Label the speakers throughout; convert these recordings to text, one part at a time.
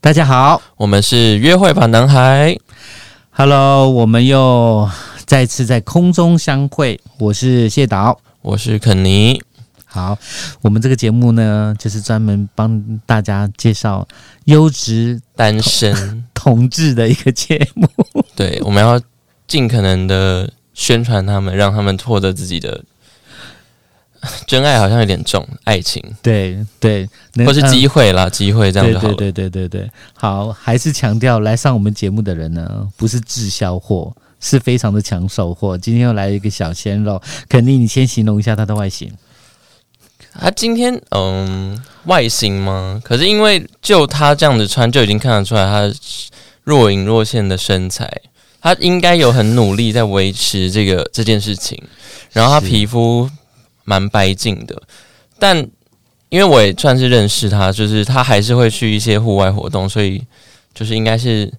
Speaker 1: 大家好
Speaker 2: 我们是约会吧男孩，
Speaker 1: ，Hello，我们又再次在空中相会，我是谢导。
Speaker 2: 我是肯尼。
Speaker 1: 好，我们这个节目呢，就是专门帮大家介绍优质
Speaker 2: 单身，
Speaker 1: 同志的一个节目。
Speaker 2: 对，我们要尽可能的宣传他们，让他们获得自己的真爱，好像有点重，爱情
Speaker 1: 对对，能
Speaker 2: 或是
Speaker 1: 嗯
Speaker 2: 机会啦，机会这样
Speaker 1: 对
Speaker 2: 就好
Speaker 1: 对
Speaker 2: 了。
Speaker 1: 对对对对，好，还是强调来上我们节目的人呢，不是滞销货，是非常的抢手货。今天又来一个小鲜肉，肯定你先形容一下它的外形。
Speaker 2: 他今天嗯，外形吗？可是因为就他这样子穿，就已经看得出来他若隐若现的身材。他应该有很努力在维持这个这件事情，然后他
Speaker 1: 是
Speaker 2: 皮肤蛮白净的，但因为我也算是认识他，就是他还是会去一些户外活动，所以就是应该是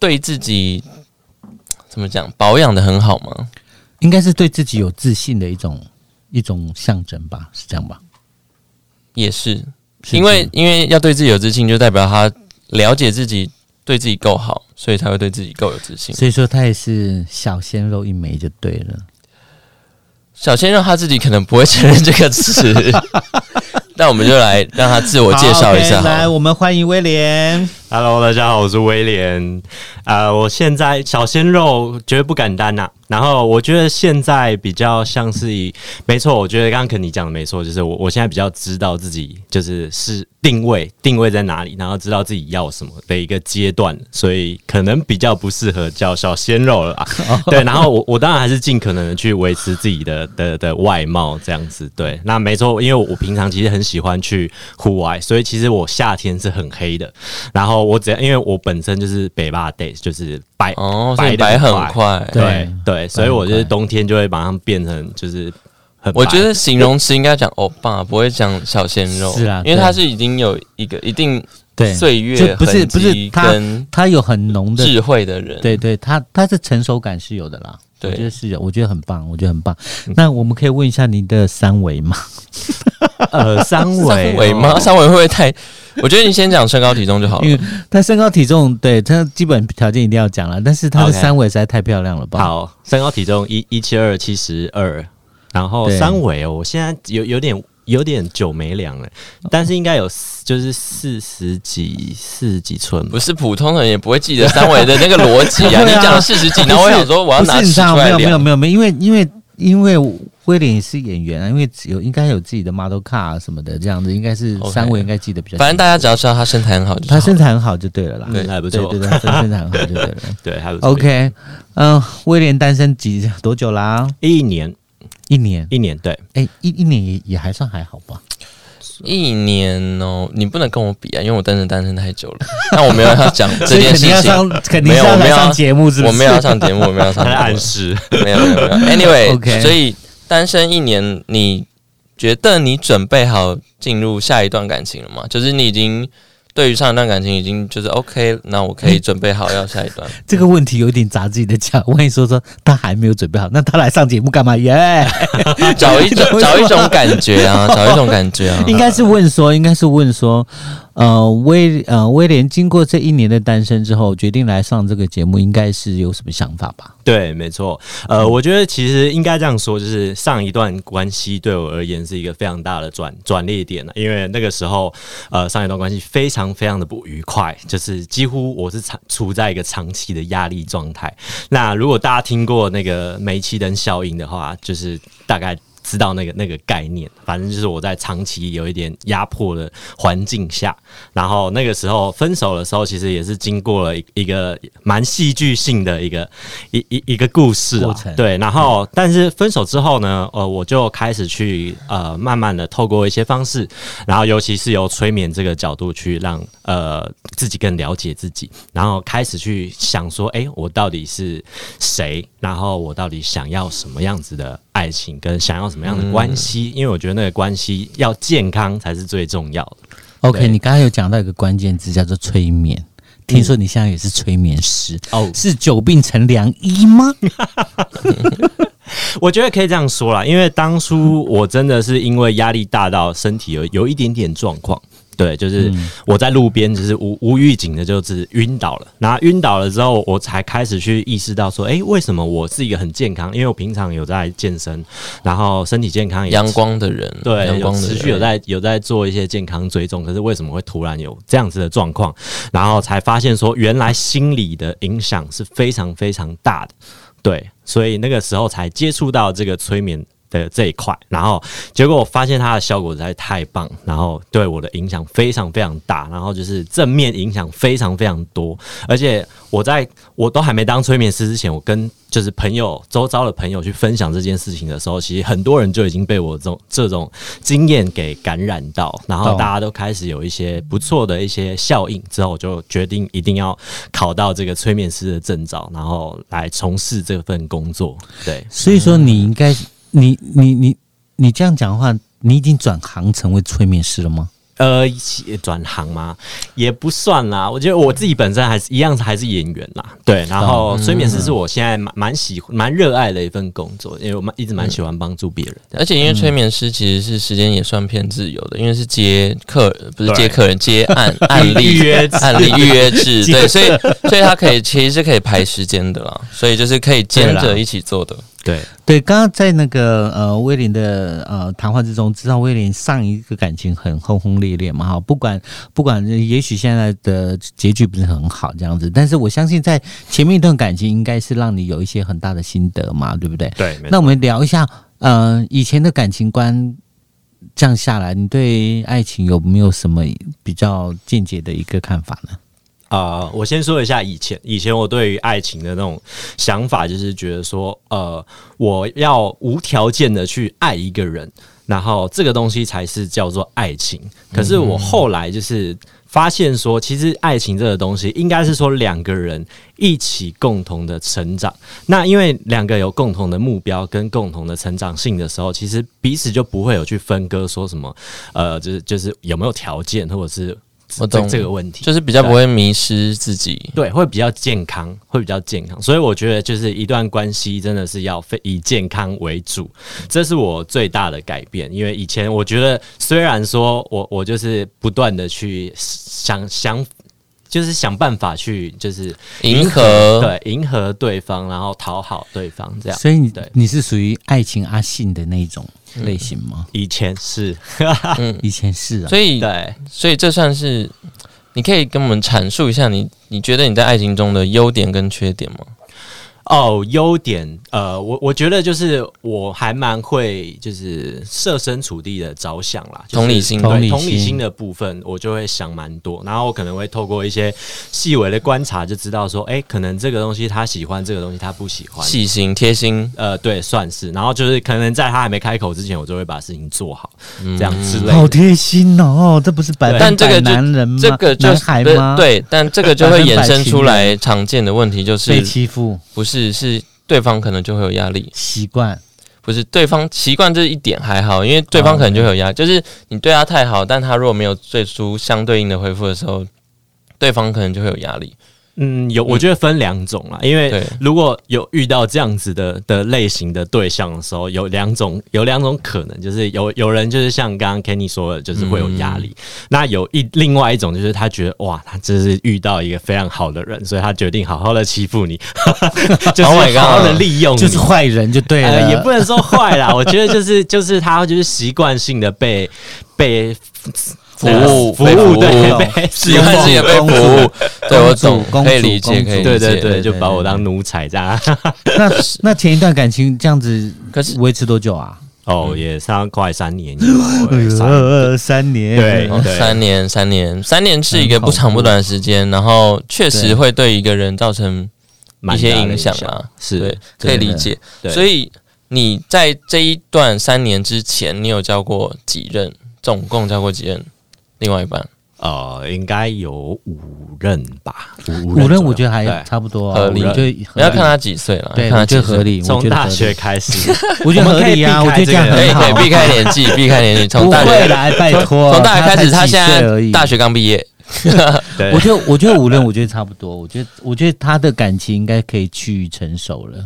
Speaker 2: 对自己怎么讲保养的很好嘛。
Speaker 1: 应该是对自己有自信的一种一种象征吧，是这样吧？
Speaker 2: 也是，
Speaker 1: 是
Speaker 2: 因
Speaker 1: 不是
Speaker 2: 为因为要对自己有自信，就代表他了解自己，对自己够好，所以才会对自己够有自信。
Speaker 1: 所以说他也是小鲜肉一枚就对了。
Speaker 2: 小鲜肉他自己可能不会承认这个 词，那我们就来让他自我介绍一下
Speaker 1: 好，OK，来，
Speaker 2: 好了。
Speaker 1: 我们欢迎威廉。
Speaker 3: Hello，大家好，我是威廉。呃，我现在小鲜肉绝对不敢当呐、啊然后我觉得现在比较像是以，没错，我觉得刚刚肯你讲的没错，就是我我现在比较知道自己就是是定位定位在哪里，然后知道自己要什么的一个阶段，所以可能比较不适合叫小鲜肉了 啊。对，然后我我当然还是尽可能的去维持自己的的的外貌这样子。对，那没错，因为我平常其实很喜欢去户外，所以其实我夏天是很黑的。然后我只要因为我本身就是北霸 days，就是白
Speaker 2: 哦，所以
Speaker 3: 得
Speaker 2: 白很快。
Speaker 1: 对
Speaker 3: 对对，所以我就是
Speaker 1: 白很快
Speaker 3: 冬天就会马上变成就是很白。
Speaker 2: 我觉得形容词应该讲欧巴，不会讲小鲜肉，
Speaker 1: 是啊
Speaker 2: 因为他
Speaker 1: 对
Speaker 2: 是已经有一个一定
Speaker 1: 对，
Speaker 2: 岁月
Speaker 1: 就不是
Speaker 2: 痕
Speaker 1: 不是
Speaker 2: 迹
Speaker 1: 他
Speaker 2: 跟
Speaker 1: 他有很浓的
Speaker 2: 智慧的人，
Speaker 1: 对对，他他的成熟感是有的啦。
Speaker 2: 对嗯
Speaker 1: 我觉得是有，我觉得很棒，我觉得很棒。那我们可以问一下你的三围吗？
Speaker 3: 呃，三围
Speaker 2: 三围
Speaker 3: 哦
Speaker 2: 吗？三围会不会太？我觉得你先讲身高体重就好
Speaker 1: 因
Speaker 2: 了
Speaker 1: 为。他身高体重，对他基本条件一定要讲了，但是他的
Speaker 2: OK
Speaker 1: 三围实在太漂亮了吧？，
Speaker 3: 好，身高体重一一七二七十二，然后
Speaker 1: 对
Speaker 3: 三围哦，我现在有有点有点久没量了，但是应该有四就是四十几四十几寸吧
Speaker 2: 不。是普通人也不会记得三围的那个逻辑 啊！
Speaker 1: 不
Speaker 2: 你
Speaker 1: 会啊
Speaker 2: 讲了四十几，然后我想说我要
Speaker 1: 不
Speaker 2: 拿
Speaker 1: 是
Speaker 2: 尺
Speaker 1: 你知
Speaker 2: 出
Speaker 1: 道
Speaker 2: 来
Speaker 1: 没有没有
Speaker 2: 量，
Speaker 1: 没有没有，因为因为因为威廉也是演员啊，因为有应该有自己的 model car 啊什么的，这样子应该是
Speaker 2: OK
Speaker 1: 三围应该记得比较清楚。
Speaker 2: 反正大家只要知道他身材很好就
Speaker 1: 他
Speaker 2: 好
Speaker 1: 身。材很好就对了啦，
Speaker 3: 对嗯还不错
Speaker 1: 对对，他身材很好就对 了。
Speaker 3: 对，还有
Speaker 1: OK，嗯、威廉单身几多久啦、
Speaker 3: 一年
Speaker 1: 一年。
Speaker 3: 一年对，
Speaker 1: 哎、一一年也也还算还好吧。
Speaker 2: 一年哦，你不能跟我比啊，因为我真的单身太久了。 但我没有要讲这
Speaker 1: 所以
Speaker 2: 件
Speaker 1: 肯定
Speaker 2: 事
Speaker 1: 要
Speaker 2: 情，
Speaker 1: 上，肯定是
Speaker 2: 没有
Speaker 1: 要
Speaker 2: 我
Speaker 1: 来
Speaker 2: 没有
Speaker 1: 上节目，是不
Speaker 2: 我
Speaker 1: 是？
Speaker 2: 没有要上节目，我没有要
Speaker 3: 他
Speaker 2: 上节
Speaker 3: 在
Speaker 2: 目，
Speaker 3: 暗示。
Speaker 2: 没有没有没有。Anyway，
Speaker 1: OK
Speaker 2: 所以单身一年，你觉得你准备好进入下一段感情了吗？就是你已经对于上一段感情已经就是 OK，那我可以准备好要下一段。
Speaker 1: 这个问题有点砸自己的脚。万一说说他还没有准备好，那他来上节目干嘛耶
Speaker 2: 找一 种找一种感觉啊，找一种感觉 啊。
Speaker 1: 应该是问说，应该是问说，呃，威呃威廉经过这一年的单身之后，决定来上这个节目，应该是有什么想法吧？
Speaker 3: 对，没错。呃，我觉得其实应该这样说，就是上一段关系对我而言是一个非常大的转转捩点了，因为那个时候，呃，上一段关系非常非常的不愉快，就是几乎我是长处在一个长期的压力状态。那如果大家听过那个煤气灯效应的话，就是大概。知道那个那个概念，反正就是我在长期有一点压迫的环境下，然后那个时候分手的时候，其实也是经过了一一个蛮戏剧性的一个一一一个故事、
Speaker 1: 过
Speaker 3: 啊
Speaker 1: 程，
Speaker 3: 对。然后，但是分手之后呢，呃，我就开始去呃，慢慢的透过一些方式，然后尤其是由催眠这个角度去让呃自己更了解自己，然后开始去想说，诶，我到底是谁？然后我到底想要什么样子的爱情，跟想要什么样的关系？因为我觉得那个关系要健康才是最重要的。
Speaker 1: OK，
Speaker 3: 对
Speaker 1: 你刚才有讲到一个关键字叫做催眠，听说你现在也是催眠师，
Speaker 3: 哦
Speaker 1: 是久病成良医 吗？
Speaker 3: 我觉得可以这样说啦，因为当初我真的是因为压力大到身体有有一点点状况，对，就是
Speaker 2: 嗯
Speaker 3: 我在路边，就是无无预警的，就是晕倒了。然后晕倒了之后，我才开始去意识到说，哎、为什么我是一个很健康？因为我平常有在健身，然后身体健康也
Speaker 2: 阳光的人，
Speaker 3: 对，
Speaker 2: 阳
Speaker 3: 有
Speaker 2: 光的人
Speaker 3: 持续有在有在做一些健康追踪，可是为什么会突然有这样子的状况？然后才发现说，原来心理的影响是非常非常大的，对，所以那个时候才接触到这个催眠。的这一块，然后结果我发现它的效果实在太棒，然后对我的影响非常非常大，然后就是正面影响非常非常多，而且我在我都还没当催眠师之前，我跟就是朋友周遭的朋友去分享这件事情的时候，其实很多人就已经被我这种这种经验给感染到，然后
Speaker 1: 懂
Speaker 3: 大家都开始有一些不错的一些效应，之后我就决定一定要考到这个催眠师的证照，然后来从事这份工作。对，
Speaker 1: 所以说你应该，你你你你这样讲的话，你已经转行成为催眠师了吗？
Speaker 3: 呃，一起转行吗？也不算啦。我觉得我自己本身还是一样，还是演员啦。对，然后催眠师是我现在蛮蛮喜蛮热爱的一份工作，因为我蛮一直蛮喜欢帮助别人。
Speaker 2: 而且因为催眠师其实是时间也算偏自由的，因为是接客不是接客人接 案案例
Speaker 3: 预约制
Speaker 2: 案例预约 制，对，所以所以他可以其实是可以排时间的啦，所以就是可以兼
Speaker 3: 对
Speaker 2: 着
Speaker 3: 啦
Speaker 2: 一起做的。
Speaker 3: 对，
Speaker 1: 对，刚刚在那个呃威廉的呃谈话之中，知道威廉上一个感情很轰轰烈烈嘛哈，不管不管，也许现在的结局不是很好这样子，但是我相信在前面一段感情应该是让你有一些很大的心得嘛，对不对？
Speaker 3: 对，
Speaker 1: 那我们聊一下，呃，以前的感情观这样下来，你对爱情有没有什么比较见解的一个看法呢？
Speaker 3: 呃，我先说一下以前，以前我对于爱情的那种想法，就是觉得说，呃，我要无条件的去爱一个人，然后这个东西才是叫做爱情。可是我后来就是发现说，其实爱情这个东西，应该是说两个人一起共同的成长。那因为两个有共同的目标跟共同的成长性的时候，其实彼此就不会有去分割说什么，呃，就是就是有没有条件，或者是。
Speaker 2: 我
Speaker 3: 这
Speaker 2: 懂
Speaker 3: 这个问题，
Speaker 2: 就是比较不会迷失自己。
Speaker 3: 对，会比较健康，会比较健康。所以我觉得，就是一段关系真的是要非以健康为主，这是我最大的改变。因为以前我觉得，虽然说我我就是不断的去想想，就是想办法去就是
Speaker 2: 迎合
Speaker 3: 对迎合对方，然后讨好对方这样。
Speaker 1: 所以你
Speaker 3: 对
Speaker 1: 你是属于爱情阿信的那一种类型吗？
Speaker 3: 以前是嗯
Speaker 1: 以前是啊，
Speaker 2: 所以
Speaker 3: 对，
Speaker 2: 所以这算是你可以跟我们阐述一下你你觉得你在爱情中的优点跟缺点吗？
Speaker 3: 哦，优点，呃，我我觉得就是我还蛮会就是设身处地的着想啦，就是
Speaker 2: 同理心
Speaker 1: 同理心
Speaker 3: 对同理心的部分，我就会想蛮多，然后我可能会透过一些细微的观察，就知道说，哎、可能这个东西他喜欢，这个东西他不喜欢，
Speaker 2: 细心贴心，
Speaker 3: 呃，对，算是，然后就是可能在他还没开口之前，我就会把事情做好，
Speaker 2: 嗯
Speaker 3: 这样之类
Speaker 1: 好
Speaker 3: 的。
Speaker 1: 贴心哦，这不是百分
Speaker 2: 但这
Speaker 1: 百
Speaker 2: 个就
Speaker 1: 男人吗？
Speaker 2: 这个就
Speaker 1: 男
Speaker 2: 是
Speaker 1: 孩
Speaker 2: 不是
Speaker 1: 吗？，
Speaker 2: 对，但这个 就会衍生出
Speaker 1: 百分
Speaker 2: 来常见的问题，就
Speaker 1: 被
Speaker 2: 是
Speaker 1: 欺负
Speaker 2: 不是是对方可能就会有压力，
Speaker 1: 习惯，
Speaker 2: 不是对方习惯这一点还好，因为对方可能就会有
Speaker 1: 哦
Speaker 2: 压力，就是你对他太好，但他如果没有做出相对应的回复的时候，对方可能就会有压力。
Speaker 3: 嗯，有，我觉得分两种啦，因为
Speaker 2: 对
Speaker 3: 如果有遇到这样子的的类型的对象的时候，有两种有两种可能，就是有有人就是像刚刚 Kenny 说的，就是会有压力；那有一另外一种就是他觉得哇，他这是遇到一个非常好的人，所以他决定好好的欺负你， 就是
Speaker 2: Oh my god
Speaker 3: 好好的利用你，
Speaker 1: 就是啊坏人就对
Speaker 2: 哎
Speaker 1: 了，
Speaker 3: 呃，也不能说坏啦，我觉得就是就是他就是习惯性的被被服
Speaker 2: 务
Speaker 3: 服
Speaker 2: 被服
Speaker 3: 务
Speaker 2: 务
Speaker 3: 对被
Speaker 2: 喜欢是也被服务，对我懂
Speaker 1: 公，主
Speaker 2: 可以理解，
Speaker 1: 公主
Speaker 2: 可以理解。
Speaker 3: 对对对，
Speaker 1: 对
Speaker 3: 就
Speaker 1: 对
Speaker 3: 把我
Speaker 1: 对
Speaker 3: 当奴才这样。
Speaker 1: 那那前一段感情这样子，
Speaker 2: 可是
Speaker 1: 维持多久啊？
Speaker 3: 哦，也上快三年了，
Speaker 1: 哎
Speaker 3: 对
Speaker 1: 呦
Speaker 3: 三
Speaker 1: 二二三年，
Speaker 3: 对
Speaker 2: 哦三年，三年，三年是一个不长不短的时间，然后确实会对一个人造成一
Speaker 3: 蛮
Speaker 2: 些
Speaker 3: 大的
Speaker 2: 影响
Speaker 3: 响
Speaker 2: 啊，
Speaker 3: 是
Speaker 2: 对，可
Speaker 1: 真的
Speaker 2: 以理解。
Speaker 3: 对
Speaker 2: 所以你在这一段三年之前，你有交过几任？总共交过几任？另外一半
Speaker 3: 呃，应该有五任吧，五
Speaker 1: 五任
Speaker 3: 左
Speaker 1: 我
Speaker 3: 右
Speaker 1: 觉得还
Speaker 3: 对
Speaker 1: 差不多啊，
Speaker 2: 合理
Speaker 1: 我觉得合
Speaker 2: 你
Speaker 1: 理
Speaker 2: 要看他几岁了，
Speaker 1: 对，
Speaker 2: 看
Speaker 1: 我
Speaker 2: 他
Speaker 1: 觉得
Speaker 2: 几
Speaker 1: 合
Speaker 2: 岁。
Speaker 1: 理，我
Speaker 3: 从
Speaker 1: 觉得
Speaker 3: 大
Speaker 1: 合
Speaker 3: 学
Speaker 1: 理，
Speaker 3: 开始，
Speaker 1: 我觉得合理 啊，
Speaker 3: 我
Speaker 1: 我
Speaker 3: 们
Speaker 1: 觉
Speaker 3: 可以
Speaker 1: 得这样
Speaker 3: 避开
Speaker 2: 可
Speaker 1: 很
Speaker 2: 以可以
Speaker 1: 好。
Speaker 2: 哎避开年纪，避开年纪，从
Speaker 1: 不会
Speaker 2: 大学
Speaker 1: 来，拜托，
Speaker 2: 从大学开始，
Speaker 1: 他才
Speaker 2: 他
Speaker 1: 几
Speaker 2: 现
Speaker 1: 岁而
Speaker 2: 在
Speaker 1: 已
Speaker 2: 大学刚毕业，
Speaker 3: 对
Speaker 1: 我，觉 得，我觉得无论，我觉得差不多。我觉得，我觉得他的感情应该可以趋于成熟了。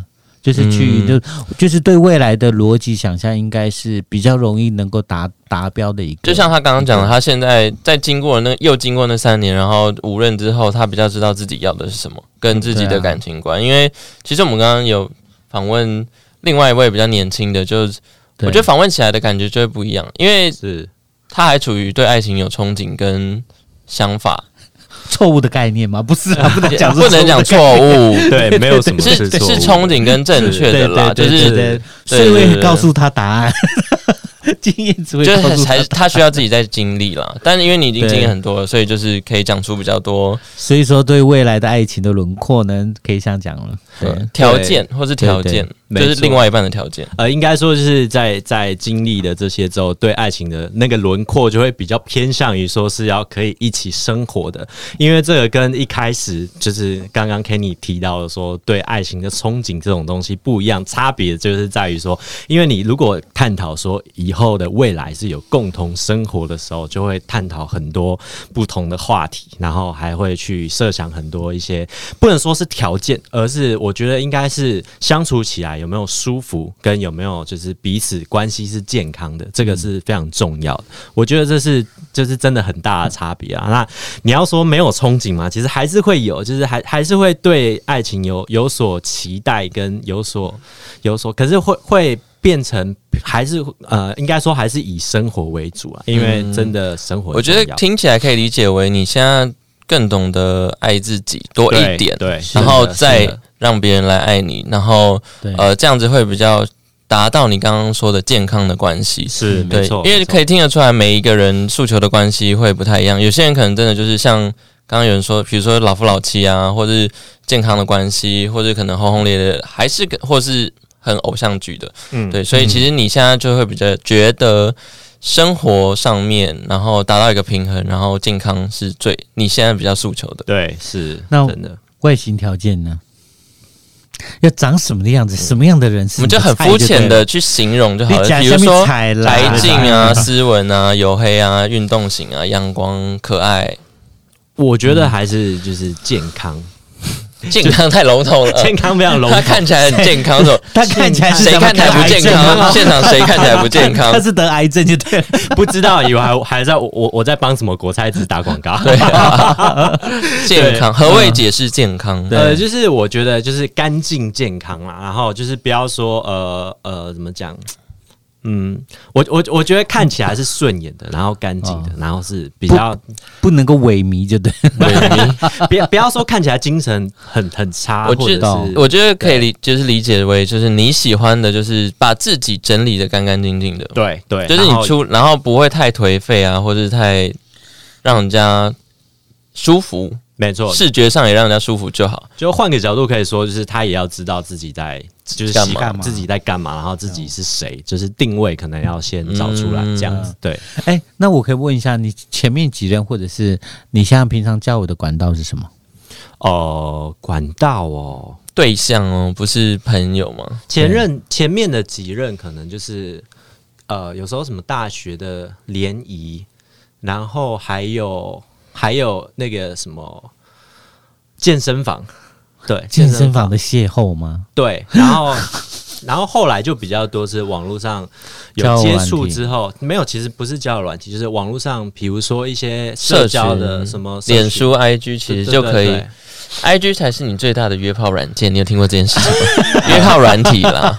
Speaker 1: 就是
Speaker 2: 嗯
Speaker 1: 去、就就是对未来的逻辑想象，应该是比较容易能够达达标的一个。
Speaker 2: 就像他刚刚讲的，他现在在经过那又经过那三年，然后五任之后，他比较知道自己要的是什么，跟自己
Speaker 1: 对
Speaker 2: 的
Speaker 1: 啊
Speaker 2: 感情观。因为其实我们刚刚有访问另外一位比较年轻的，就是我
Speaker 1: 对
Speaker 2: 觉得访问起来的感觉就会不一样，因为
Speaker 3: 是
Speaker 2: 他还处于对爱情有憧憬跟想 法，
Speaker 1: 错误的概念吗？ 不 是啊，不能
Speaker 2: 也
Speaker 1: 讲是
Speaker 2: 不能讲
Speaker 1: 误
Speaker 2: 错误，
Speaker 3: 对，没有什么
Speaker 2: 是
Speaker 3: 是错误
Speaker 2: 是憧憬跟正确
Speaker 1: 的概
Speaker 2: 的
Speaker 1: 念
Speaker 2: 啦，就
Speaker 1: 对对对对
Speaker 2: 是
Speaker 1: 对
Speaker 2: 对
Speaker 1: 岁
Speaker 2: 对
Speaker 1: 月
Speaker 2: 对
Speaker 1: 告诉他答案， 经验只会
Speaker 2: 就是
Speaker 1: 告诉他
Speaker 2: 还。他需要自己在经历啦，但是因为你已经
Speaker 1: 对
Speaker 2: 经历很多了，所以就是可以讲出比较多
Speaker 1: 所以说，对未来的爱情的轮廓呢，可以这样讲了。对，
Speaker 2: 呃条件或是条件，
Speaker 3: 对
Speaker 2: 就是
Speaker 3: 没错
Speaker 2: 另外一半的条件。
Speaker 3: 呃，应该说就是在在经历了这些之后，对爱情的那个轮廓就会比较偏向于说是要可以一起生活的，因为这个跟一开始就是刚刚 Kenny 提到的说对爱情的憧憬这种东西不一样，差别就是在于说，因为你如果探讨说以后的未来是有共同生活的时候，就会探讨很多不同的话题，然后还会去设想很多一些不能说是条件，而是我觉得应该是相处起来有没有舒服，跟有没有就是彼此关系是健康的，这个是非常重要的。我觉得这是就是真的很大的差别啊。那你要说没有憧憬嘛，其实还是会有，就是还还是会对爱情有有所期待跟有所有所，可是会会。变成还是呃，应该说还是以生活为主啊，因为真的生
Speaker 2: 嗯
Speaker 3: 活
Speaker 2: 我
Speaker 3: 很重
Speaker 2: 觉
Speaker 3: 要、
Speaker 2: 得听起来可以理解为你现在更懂得爱自己多一
Speaker 3: 对
Speaker 2: 点，
Speaker 3: 对，
Speaker 2: 然后
Speaker 3: 是
Speaker 2: 再
Speaker 3: 的
Speaker 2: 让别人来爱你，然后
Speaker 1: 对
Speaker 2: 呃这样子会比较达到你刚刚说的健康的关系。
Speaker 3: 是
Speaker 2: 嗯对
Speaker 3: 没，错，
Speaker 2: 因为
Speaker 3: 没错
Speaker 2: 可以听得出来，每一个人诉求的关系会不太一样。有些人可能真的就是像刚刚有人说，比如说老夫老妻啊，或是健康的关系，或者可能轰轰烈烈的，还是个或是很偶像剧的，
Speaker 3: 嗯
Speaker 2: 对。所以其实你现在就会比较觉得生活上面，然后达到一个平衡，然后健康是最你现在比较诉求的。
Speaker 3: 对，是
Speaker 1: 那
Speaker 3: 真的。
Speaker 1: 外形条件呢？要长什么样子？什么样的人
Speaker 2: 嗯
Speaker 1: 是你
Speaker 2: 我们
Speaker 1: 的
Speaker 2: 就
Speaker 1: 菜就对了？
Speaker 2: 很肤浅的去形容就好
Speaker 1: 你
Speaker 2: 了，
Speaker 1: 讲
Speaker 2: 比如
Speaker 1: 下
Speaker 2: 说
Speaker 1: 面菜啦
Speaker 2: 白净啊、斯文啊、黝黑啊、运动型啊、阳光、可爱，
Speaker 3: 我觉得还是就是健康，
Speaker 2: 健康太笼统了。
Speaker 3: 健康非常笼
Speaker 2: 他
Speaker 3: 统。
Speaker 2: 嗯 看起来很健康，说
Speaker 1: 他看起来是
Speaker 2: 谁看起来不健康？现场谁看起来不健康
Speaker 1: 啊 他？是得癌症就对了。哎
Speaker 3: 不知道以为还还在我我我在帮什么国菜子打广告？
Speaker 2: 对啊，健康何谓解释健康？
Speaker 3: 呃，就是我觉得就是干净健康啦，然后就是不要说呃呃怎么讲，嗯，我我我觉得看起来是顺眼的，然后干净
Speaker 2: 嗯
Speaker 3: 的，然后是比较
Speaker 1: 不能够萎靡就对了。
Speaker 3: 不要不要说看起来精神很很差，
Speaker 2: 我
Speaker 3: 或
Speaker 2: 觉
Speaker 3: 者
Speaker 2: 得
Speaker 3: 是
Speaker 2: 我觉得可以理，就是理解为就是你喜欢的，就是把自己整理的干干净净的，
Speaker 3: 对对，
Speaker 2: 就是
Speaker 3: 然
Speaker 2: 你
Speaker 3: 后
Speaker 2: 出，然后不会太颓废啊，或者是太让人家舒服，
Speaker 3: 没错，
Speaker 2: 视觉上也让人家舒服就好。
Speaker 3: 就换个角度可以说，就是他也要知道自己在就是
Speaker 2: 干
Speaker 3: 喜
Speaker 2: 嘛
Speaker 3: 欢自己在干嘛，然后自己是谁，就是定位可能要先找出来
Speaker 2: 嗯
Speaker 3: 这样子。对，
Speaker 1: 哎、那我可以问一下，你前面几任，或者是你现在平常交友的管道是什么？
Speaker 3: 哦，管道哦，
Speaker 2: 对象哦，不是朋友吗？
Speaker 3: 前任前面的几任可能就是呃，有时候什么大学的联谊，然后还有还有那个什么健身房， 对，
Speaker 1: 健身房的邂逅吗？
Speaker 3: 对，然后 然后后来就比较多是网络上有接触之后，没有，其实不是交友软体，就是网络上，比如说一些社交的
Speaker 2: 群
Speaker 3: 什么社群
Speaker 2: 脸书、IG 其实就可
Speaker 3: 对对
Speaker 2: 以
Speaker 3: 对
Speaker 2: ，IG 才是你最大的约炮软件。你有听过这件事情吗？ 约炮软体 啦，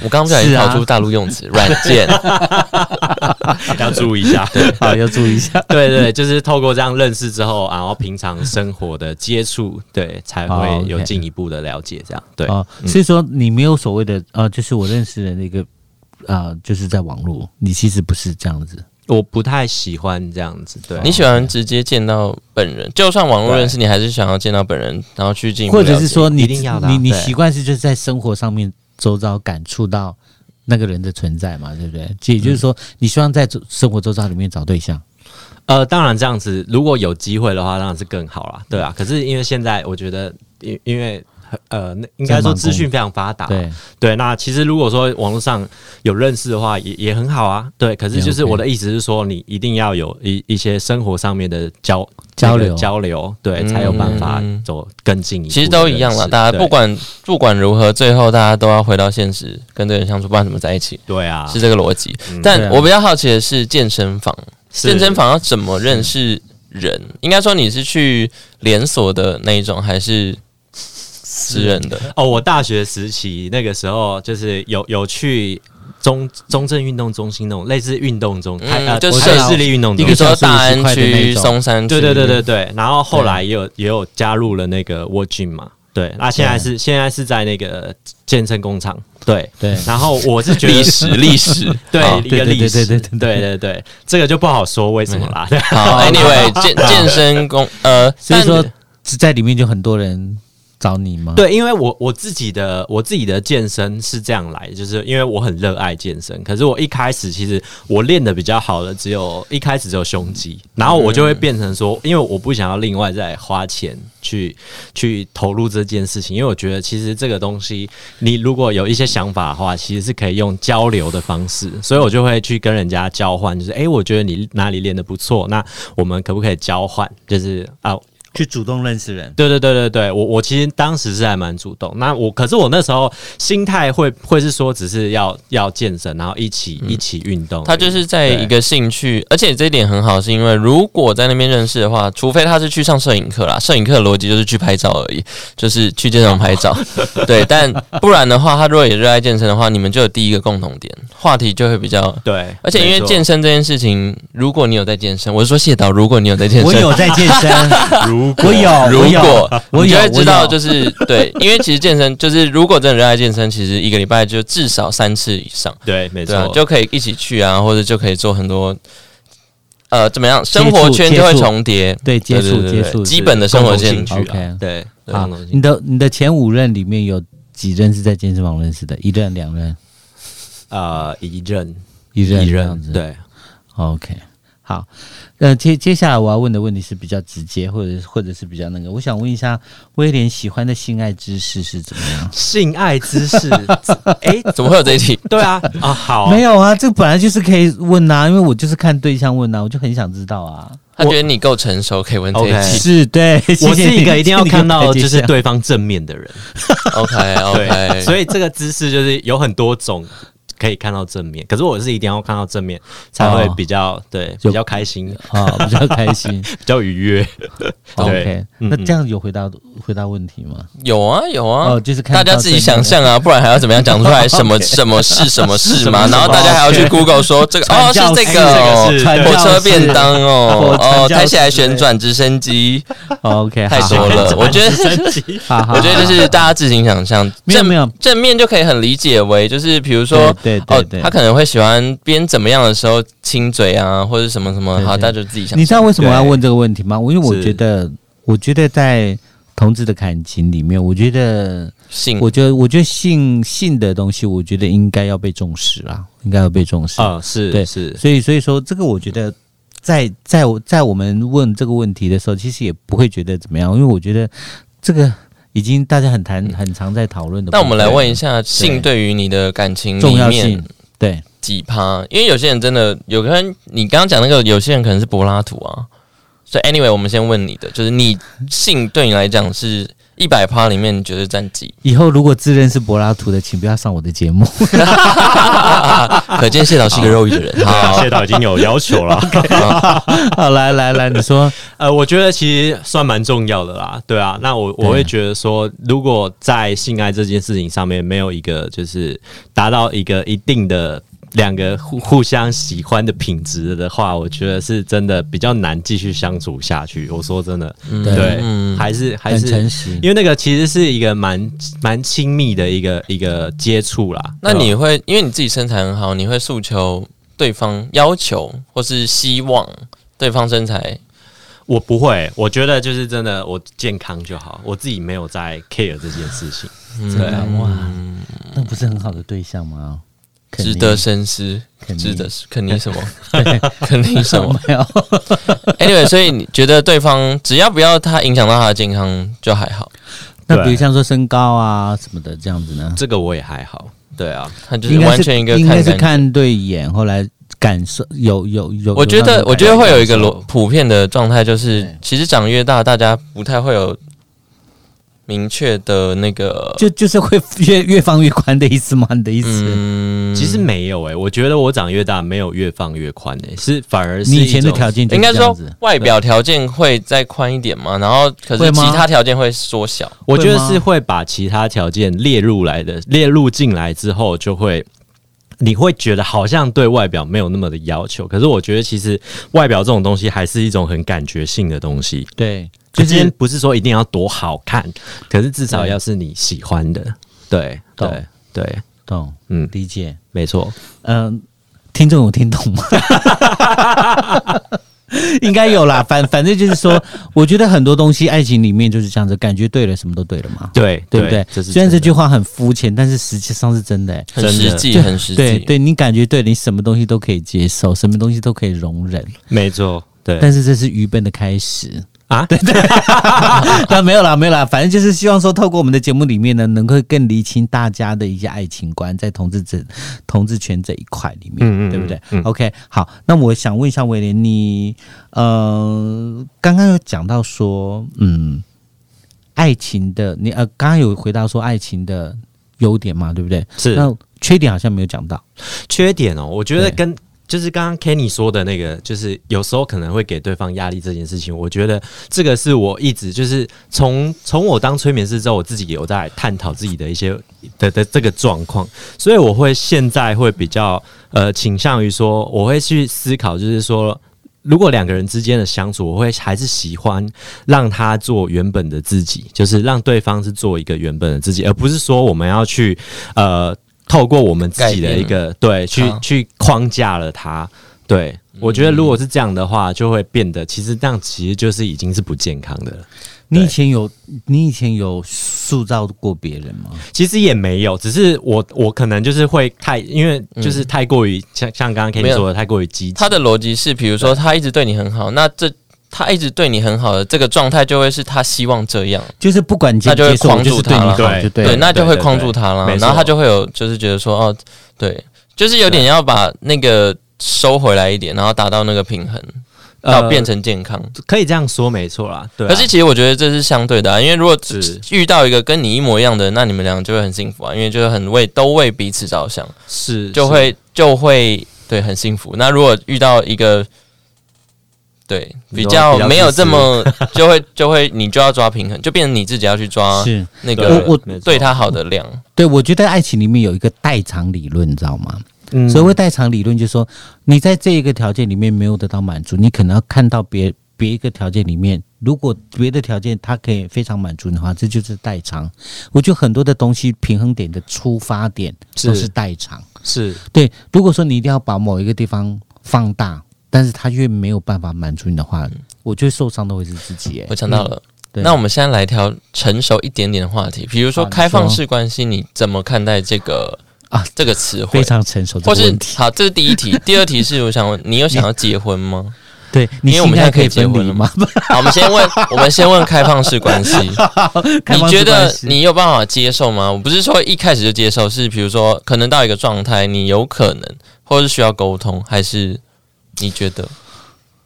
Speaker 2: 我刚不小心
Speaker 1: 是啊
Speaker 2: 跳出大陆用词，软件。
Speaker 3: 啊对要注意一下。
Speaker 1: 好，要注意一下。
Speaker 3: 对对，就是透过这样认识之后，然后平常生活的接触，对，才
Speaker 1: 哦
Speaker 3: 会
Speaker 1: ，OK
Speaker 3: 有进一步的了解。这样对，
Speaker 1: 哦，所以说你没有所谓的呃，就是我认识的那个啊、呃就是在网络，你其实不是这样子。
Speaker 3: 我不太喜欢这样子。对，
Speaker 2: 你喜欢直接见到本人，就算网络
Speaker 3: 对
Speaker 2: 认识，你还是想要见到本人，然后去进一步
Speaker 1: 或者
Speaker 2: 了
Speaker 1: 是
Speaker 2: 解
Speaker 1: 说你
Speaker 3: 一定要的啊
Speaker 1: 你你
Speaker 3: 对
Speaker 1: 习惯是就是在生活上面周遭感触到那个人的存在嘛，对不对？也就是说，你希望在周生活周遭里面找对象，
Speaker 3: 呃，当然这样子，如果有机会的话，当然是更好啦，对啊。可是因为现在我觉得，因因为呃，那应该说资讯非常发达，
Speaker 1: 对，
Speaker 3: 对，那其实如果说网络上有认识的话，也也很好啊。对，可是就是
Speaker 1: OK
Speaker 3: 我的意思是说，你一定要有一一些生活上面的交
Speaker 1: 交流
Speaker 3: 那个交流，对，
Speaker 2: 嗯
Speaker 3: 才有办法走更进一步的认识。
Speaker 2: 其实都一样啦，大家
Speaker 3: 对
Speaker 2: 不管不管如何，最后大家都要回到现实，跟这个人相处，不然怎么在一起？
Speaker 3: 对啊，
Speaker 2: 是这个逻辑。
Speaker 1: 对啊
Speaker 2: 但我比较好奇的是健身房，
Speaker 3: 是
Speaker 2: 健身房要怎么认识人？应该说你是去连锁的那一种，还是私人的？
Speaker 3: 哦，我大学时期那个时候就是有有去。中中正运动中心那种类似运动中，
Speaker 2: 嗯
Speaker 3: 台呃，
Speaker 2: 就
Speaker 3: 台
Speaker 2: 设
Speaker 3: 台市立运动
Speaker 2: 比
Speaker 3: 中
Speaker 1: 一
Speaker 2: 如
Speaker 1: 个小
Speaker 2: 说
Speaker 3: 心，
Speaker 1: 时
Speaker 2: 大
Speaker 1: 50
Speaker 2: 安
Speaker 1: 块的那
Speaker 2: 区、
Speaker 1: 种
Speaker 2: 松山区，
Speaker 3: 对对对对对。然后后来也有也有加入了那个 w o r Gym 嘛，对，那现在是现在是在那个健身工厂，对，
Speaker 1: 对，
Speaker 3: 然后我是觉得
Speaker 2: 历史哦历史。
Speaker 3: 对
Speaker 2: 好
Speaker 3: 一个
Speaker 1: 对对
Speaker 3: 历史，
Speaker 1: 对对
Speaker 3: 对对对，这个就不好说为什么啦。
Speaker 2: 好，Anyway，健健身工呃，
Speaker 1: 所以
Speaker 2: 但
Speaker 1: 说只在里面就很多人找你吗？，
Speaker 3: 对，因为我我自己的我自己的健身是这样来，就是因为我很热爱健身，可是我一开始其实我练的比较好的只有一开始只有胸肌，然后我就会变成说，因为我不想要另外再花钱去 去投入这件事情，因为我觉得其实这个东西，你如果有一些想法的话，其实是可以用交流的方式，所以我就会去跟人家交换，就是诶，我觉得你哪里练的不错，那我们可不可以交换？就是啊，
Speaker 1: 去主动认识人。
Speaker 3: 对对对对对，我我其实当时是还蛮主动。那我可是我那时候心态会会是说，只是要要健身，然后一起、一起运动而已。
Speaker 2: 嗯他就是在一个兴趣，而且这一点很好，是因为如果在那边认识的话，除非他是去上摄影课啦，摄影课的逻辑就是去拍照而已，就是去健身房拍照，对。但不然的话，他如果也热爱健身的话，你们就有第一个共同点，话题就会比较。
Speaker 3: 对，
Speaker 2: 而且因为
Speaker 3: 没错
Speaker 2: 健身这件事情，如果你有在健身，我是说谢导，如果你有在健身，
Speaker 1: 我有在健身，
Speaker 3: 如果
Speaker 1: 我有，
Speaker 2: 如
Speaker 1: 我有
Speaker 2: 果
Speaker 1: 我
Speaker 2: 你就
Speaker 1: 有
Speaker 2: 会知道，就是是对，因为其实健身就是如果真的热爱健身，其实一个礼拜就至少三次以上。
Speaker 3: 对，没
Speaker 2: 对啊
Speaker 3: 错，，
Speaker 2: 就可以一起去啊，或者就可以做很多，呃，怎么样，
Speaker 1: 触
Speaker 2: 生活圈就会重叠，
Speaker 1: 对接
Speaker 2: 对
Speaker 1: 触
Speaker 2: 对对
Speaker 1: 接
Speaker 2: 对
Speaker 1: 触
Speaker 2: 基本的生活
Speaker 3: 共同
Speaker 2: 圈
Speaker 3: 兴。趣
Speaker 1: OK
Speaker 3: 啊，对，
Speaker 1: 好
Speaker 3: 共同兴，趣
Speaker 1: 你的你的前五任里面有几任是在健身房认识的？一任、两任、
Speaker 3: 呃，一任
Speaker 1: 一任
Speaker 3: 一
Speaker 1: 这样子。
Speaker 3: 任，对，
Speaker 1: OK，好，呃，接接下来我要问的问题是比较直接，或者或者是比较那个，我想问一下威廉喜欢的性爱知识是怎么样？
Speaker 3: 性爱知 识，哎、
Speaker 2: 怎么会有这一题？
Speaker 3: 对啊，啊，好，
Speaker 1: 没有啊，这本来就是可以问啊，因为我就是看对象问啊，我就很想知道啊。
Speaker 2: 他觉得你够成熟，可以问这一
Speaker 3: OK
Speaker 2: 题。
Speaker 1: 是对，
Speaker 3: 我
Speaker 1: 哎 谢谢
Speaker 3: 是
Speaker 1: 你
Speaker 3: 一个一定要看到就是，
Speaker 1: 谢谢你的
Speaker 3: 对方正面的人，
Speaker 2: OK
Speaker 3: 对，
Speaker 2: OK，
Speaker 3: 所以这个姿势就是有很多种。可以看到正面，可是我是一定要看到正面才会
Speaker 1: 哦
Speaker 3: 比较、对，
Speaker 1: 就
Speaker 3: 比较开心，
Speaker 1: 开解啊、比较开 心。
Speaker 3: 比较愉悦。
Speaker 1: OK，
Speaker 3: 嗯
Speaker 1: 那这样有回答回答问题吗？
Speaker 2: 有啊有啊
Speaker 1: 哦，，就是看
Speaker 2: 大家
Speaker 1: 到
Speaker 2: 自己
Speaker 1: 正面
Speaker 2: 想象啊，不然还要怎么样讲出 来什么什么是什么是嘛？
Speaker 3: 什么是
Speaker 2: 然后大家还要去 Google 说这个哦
Speaker 1: 传教
Speaker 2: 是
Speaker 1: 士
Speaker 2: 这个哦
Speaker 3: 这个是
Speaker 1: 传
Speaker 3: 对
Speaker 1: 教
Speaker 2: 火车
Speaker 1: 士
Speaker 2: 便当哦
Speaker 1: 火传
Speaker 2: 哦
Speaker 1: 教
Speaker 2: 抬起来
Speaker 1: 士之类
Speaker 2: 旋转直升机，
Speaker 1: 哦 OK，
Speaker 2: 太
Speaker 1: 好
Speaker 2: 多了我觉得
Speaker 3: 升级
Speaker 1: 好好好，
Speaker 2: 我觉得就是大家自行想象。
Speaker 1: 啊没有
Speaker 2: 正
Speaker 1: 没有
Speaker 2: 正面就可以很理解为就是比如说
Speaker 1: 对对
Speaker 2: 哦
Speaker 1: 对，对，
Speaker 2: 他可能会喜欢边怎么样的时候亲嘴啊，或者什么什么，
Speaker 1: 对
Speaker 2: 好，
Speaker 1: 对
Speaker 2: 大家就自己想。
Speaker 1: 你知道为什么我要问这个问题吗？我因为我
Speaker 3: 是
Speaker 1: 觉得，我觉得在同志的感情里面，我觉得，
Speaker 2: 性
Speaker 1: 我觉得，我觉得性性的东西，我觉得应该要被重视啊，应该要被重视。
Speaker 3: 啊、是
Speaker 1: 对
Speaker 3: 是，
Speaker 1: 所以，所以说这个，我觉得在在我在我们问这个问题的时候，其实也不会觉得怎么样，因为我觉得这个已经大家很谈很常在讨论的部分。
Speaker 2: 那我们来问一下，性对于你的感情
Speaker 1: 重
Speaker 2: 里
Speaker 1: 要性
Speaker 2: 面，
Speaker 1: 对
Speaker 2: 几趴？因为有些人真的，有个人你刚刚讲那个，有些人可能是柏拉图啊。所以，anyway，我们先问你的，就是你性对你来讲是一百趴里面，你觉得占 几？
Speaker 1: 以后如果自认是柏拉图的，请不要上我的节目。
Speaker 2: 可见谢导是一个肉欲的人。好，
Speaker 3: 谢导已经有要求了。
Speaker 1: 好，来来来，你说
Speaker 3: 呃，我觉得其实算蛮重要的啦，对啊。那我我
Speaker 1: 对
Speaker 3: 会觉得说，如果在性爱这件事情上面没有一个就是达到一个一定的两个互互相喜欢的品质的话，我觉得是真的比较难继续相处下去。我说真的，对，
Speaker 2: 嗯
Speaker 3: 还是还
Speaker 1: 很
Speaker 3: 是
Speaker 1: 诚实。
Speaker 3: 因为那个其实是一个蛮蛮亲密的一个一个接触啦。呃
Speaker 2: 那
Speaker 3: 对吧
Speaker 2: 你会因为你自己身材很好，你会诉求对方要求或是希望对方身材
Speaker 3: 我不会，我觉得就是真的，我健康就好，我自己没有在 care 这件事情。
Speaker 2: 嗯
Speaker 1: 嗯
Speaker 3: 对啊，
Speaker 1: 哇，那不是很好的对象吗？肯
Speaker 2: 值
Speaker 1: 定
Speaker 2: 得深思
Speaker 1: 肯，定
Speaker 2: 值得肯定 什么？肯定什么
Speaker 1: 没有？
Speaker 2: ？Anyway，所以你觉得对方只要不要他影响到他的健康就还好。
Speaker 1: 那
Speaker 3: 对
Speaker 1: 比如像说身高啊什么的这样子呢？
Speaker 3: 这个我也还好。对啊，
Speaker 2: 他就是
Speaker 1: 应该
Speaker 2: 完
Speaker 1: 是
Speaker 2: 全一个
Speaker 1: 应
Speaker 2: 看
Speaker 1: 该是
Speaker 2: 感觉。
Speaker 1: 看对眼，后来感受有有有。
Speaker 2: 我觉
Speaker 1: 有那
Speaker 2: 得，
Speaker 1: 种
Speaker 2: 我觉得
Speaker 1: 感
Speaker 2: 会有一个
Speaker 1: 受
Speaker 2: 罗普遍的状态，就是
Speaker 1: 哦对
Speaker 2: 其实长越大，大家不太会有明确的那个，
Speaker 1: 就就是会 越越放越宽的意思吗？你的意思？
Speaker 2: 嗯，
Speaker 3: 其实没有诶、欸我觉得我长越大没有越放越宽诶、是反而是
Speaker 1: 你以前的
Speaker 3: 一种
Speaker 1: 条件就是
Speaker 2: 应该
Speaker 1: 这样
Speaker 2: 说
Speaker 1: 子
Speaker 2: 外表条件会再宽一点嘛，然后可
Speaker 1: 会
Speaker 2: 是其
Speaker 1: 吗
Speaker 2: 他条件会缩小。
Speaker 3: 我觉得
Speaker 1: 会吗
Speaker 3: 是会把其他条件列入来的，列入进来之后就会。你会觉得好像对外表没有那么的要求，可是我觉得其实外表这种东西还是一种很感觉性的东西。
Speaker 1: 对，
Speaker 3: 就
Speaker 1: 就
Speaker 3: 今天
Speaker 1: 是
Speaker 3: 不是说一定要多好看，可是至少要是你喜欢的。对
Speaker 1: 懂
Speaker 3: 对对，
Speaker 1: 懂
Speaker 3: 嗯，
Speaker 1: 理解。
Speaker 3: 没错。
Speaker 1: 嗯、听众有听懂吗？ 应该有啦，反反正就是说，我觉得很多东西，爱情里面就是这样子，感觉对了，什么都对了嘛，
Speaker 3: 对
Speaker 1: 对不对？
Speaker 3: 这是
Speaker 1: 虽然这
Speaker 3: 真的
Speaker 1: 句话很肤浅，但是实际上是真的、欸。
Speaker 2: 很
Speaker 3: 真的
Speaker 2: 实际，
Speaker 1: 就
Speaker 2: 很实际。
Speaker 1: 对，对你感觉对你什么东西都可以接受，什么东西都可以容忍，
Speaker 3: 没错，对
Speaker 1: 但是这是愚笨的开始。
Speaker 3: 啊，
Speaker 1: 那没有啦，没有啦，反正就是希望说，透过我们的节目里面呢，能够更厘清大家的一些爱情观，在同志这同志圈这一块里面，
Speaker 3: 嗯嗯嗯
Speaker 1: 对不对、o k 好，那我想问一下威廉，你呃，刚刚有讲到说，嗯，爱情的，你呃，刚刚有回答说爱情的优点嘛，对不对？
Speaker 3: 是
Speaker 1: 那缺点好像没有讲到，
Speaker 3: 缺点哦，我觉得
Speaker 1: 对
Speaker 3: 跟就是刚刚 Kenny 说的那个，就是有时候可能会给对方压力这件事情，我觉得这个是我一直就是从从我当催眠师之后，我自己有在探讨自己的一些的的这个状况，所以我会现在会比较呃倾向于说，我会去思考，就是说。如果两个人之间的相处，我会还是喜欢让他做原本的自己，就是让对方是做一个原本的自己，而不是说我们要去呃透过我们自己的一个对去
Speaker 2: 啊
Speaker 3: 去框架了他。对，
Speaker 2: 嗯
Speaker 3: 我觉得如果是这样的话，就会变得其实这样其实就是已经是不健康的了。
Speaker 1: 你以
Speaker 3: 对
Speaker 1: 前有你以前有塑造过别人吗？
Speaker 3: 其实也没有，只是我我可能就是会太，因为就是太过于、像像刚刚 k
Speaker 2: 嗯
Speaker 3: e
Speaker 2: 没
Speaker 3: n
Speaker 2: 有
Speaker 3: 说的太过于积极
Speaker 2: 他。的逻辑是，比如说他一直对你很好，那这他一直对你很好的这个状态，就会是他希望这样，
Speaker 1: 就是不管你接
Speaker 2: 那
Speaker 1: 不
Speaker 2: 就
Speaker 1: 接
Speaker 2: 会
Speaker 1: 受，我
Speaker 2: 框
Speaker 1: 就
Speaker 2: 住
Speaker 1: 是对你
Speaker 2: 他
Speaker 1: 好，
Speaker 2: 了
Speaker 3: 对
Speaker 1: 就对
Speaker 2: 对，
Speaker 1: 了。
Speaker 2: 那就会框住
Speaker 3: 对对
Speaker 2: 他了
Speaker 3: 没，错
Speaker 2: 然后他就会有就是觉得说，哦，对，就是有点要把那个收回来一点，然后达到那个平衡，
Speaker 3: 呃
Speaker 2: 到变成健康。
Speaker 3: 可以这样说，没错啦。对啊、
Speaker 2: 可是其实我觉得这是相对的、啊，因为如果只
Speaker 3: 是
Speaker 2: 遇到一个跟你一模一样的，那你们俩就会很幸福啊，因为就是很为都为彼此着想。
Speaker 3: 是
Speaker 2: 就会就会对很幸福。那如果遇到一个对
Speaker 3: 你
Speaker 2: 比
Speaker 3: 说
Speaker 2: 较
Speaker 3: 比较
Speaker 2: 没有
Speaker 3: 自私
Speaker 2: 这么 就会就会你就要抓平衡，就变成你自己要去抓
Speaker 1: 是
Speaker 2: 那
Speaker 3: 对
Speaker 2: 个
Speaker 1: 我
Speaker 3: 没错
Speaker 2: 对他好的量。
Speaker 1: 对，我觉得爱情里面有一个代偿理论，你知道吗？
Speaker 3: 嗯
Speaker 1: 所谓代偿理论，就是说你在这一个条件里面没有得到满足，你可能要看到别别一个条件里面，如果别的条件它可以非常满足你的话，这就是代偿。我觉得很多的东西平衡点的出发点
Speaker 3: 是
Speaker 1: 都是代偿。
Speaker 3: 是
Speaker 1: 对，如果说你一定要把某一个地方放大，但是它越没有办法满足你的话，我觉得受伤的会是自己、欸。
Speaker 2: 嗯我想到了，
Speaker 1: 对
Speaker 2: 那我们现在来条成熟一点点的话题，比如说
Speaker 1: 好你
Speaker 2: 开放
Speaker 1: 说
Speaker 2: 式关系，你怎么看待这个
Speaker 1: 啊
Speaker 2: 这个词汇
Speaker 1: 非？常成熟这
Speaker 2: 或
Speaker 1: 个
Speaker 2: 是
Speaker 1: 问题。
Speaker 2: 好，这是第 一题。第二题是，我想问你有想要结婚吗？
Speaker 1: 对，你
Speaker 2: 因为我们现在可
Speaker 1: 可
Speaker 2: 以
Speaker 1: 以
Speaker 2: 结
Speaker 1: 分
Speaker 2: 婚
Speaker 1: 离
Speaker 2: 了
Speaker 1: 吗
Speaker 2: 嘛？好，我们先 问，我们先问开放式关系。
Speaker 1: 开
Speaker 2: 你
Speaker 1: 放式关
Speaker 2: 觉得
Speaker 1: 系
Speaker 2: 你有办法接受吗？我不是说一开始就接受，是比如说可能到一个状态，你有可能或是需要沟通，还是你觉得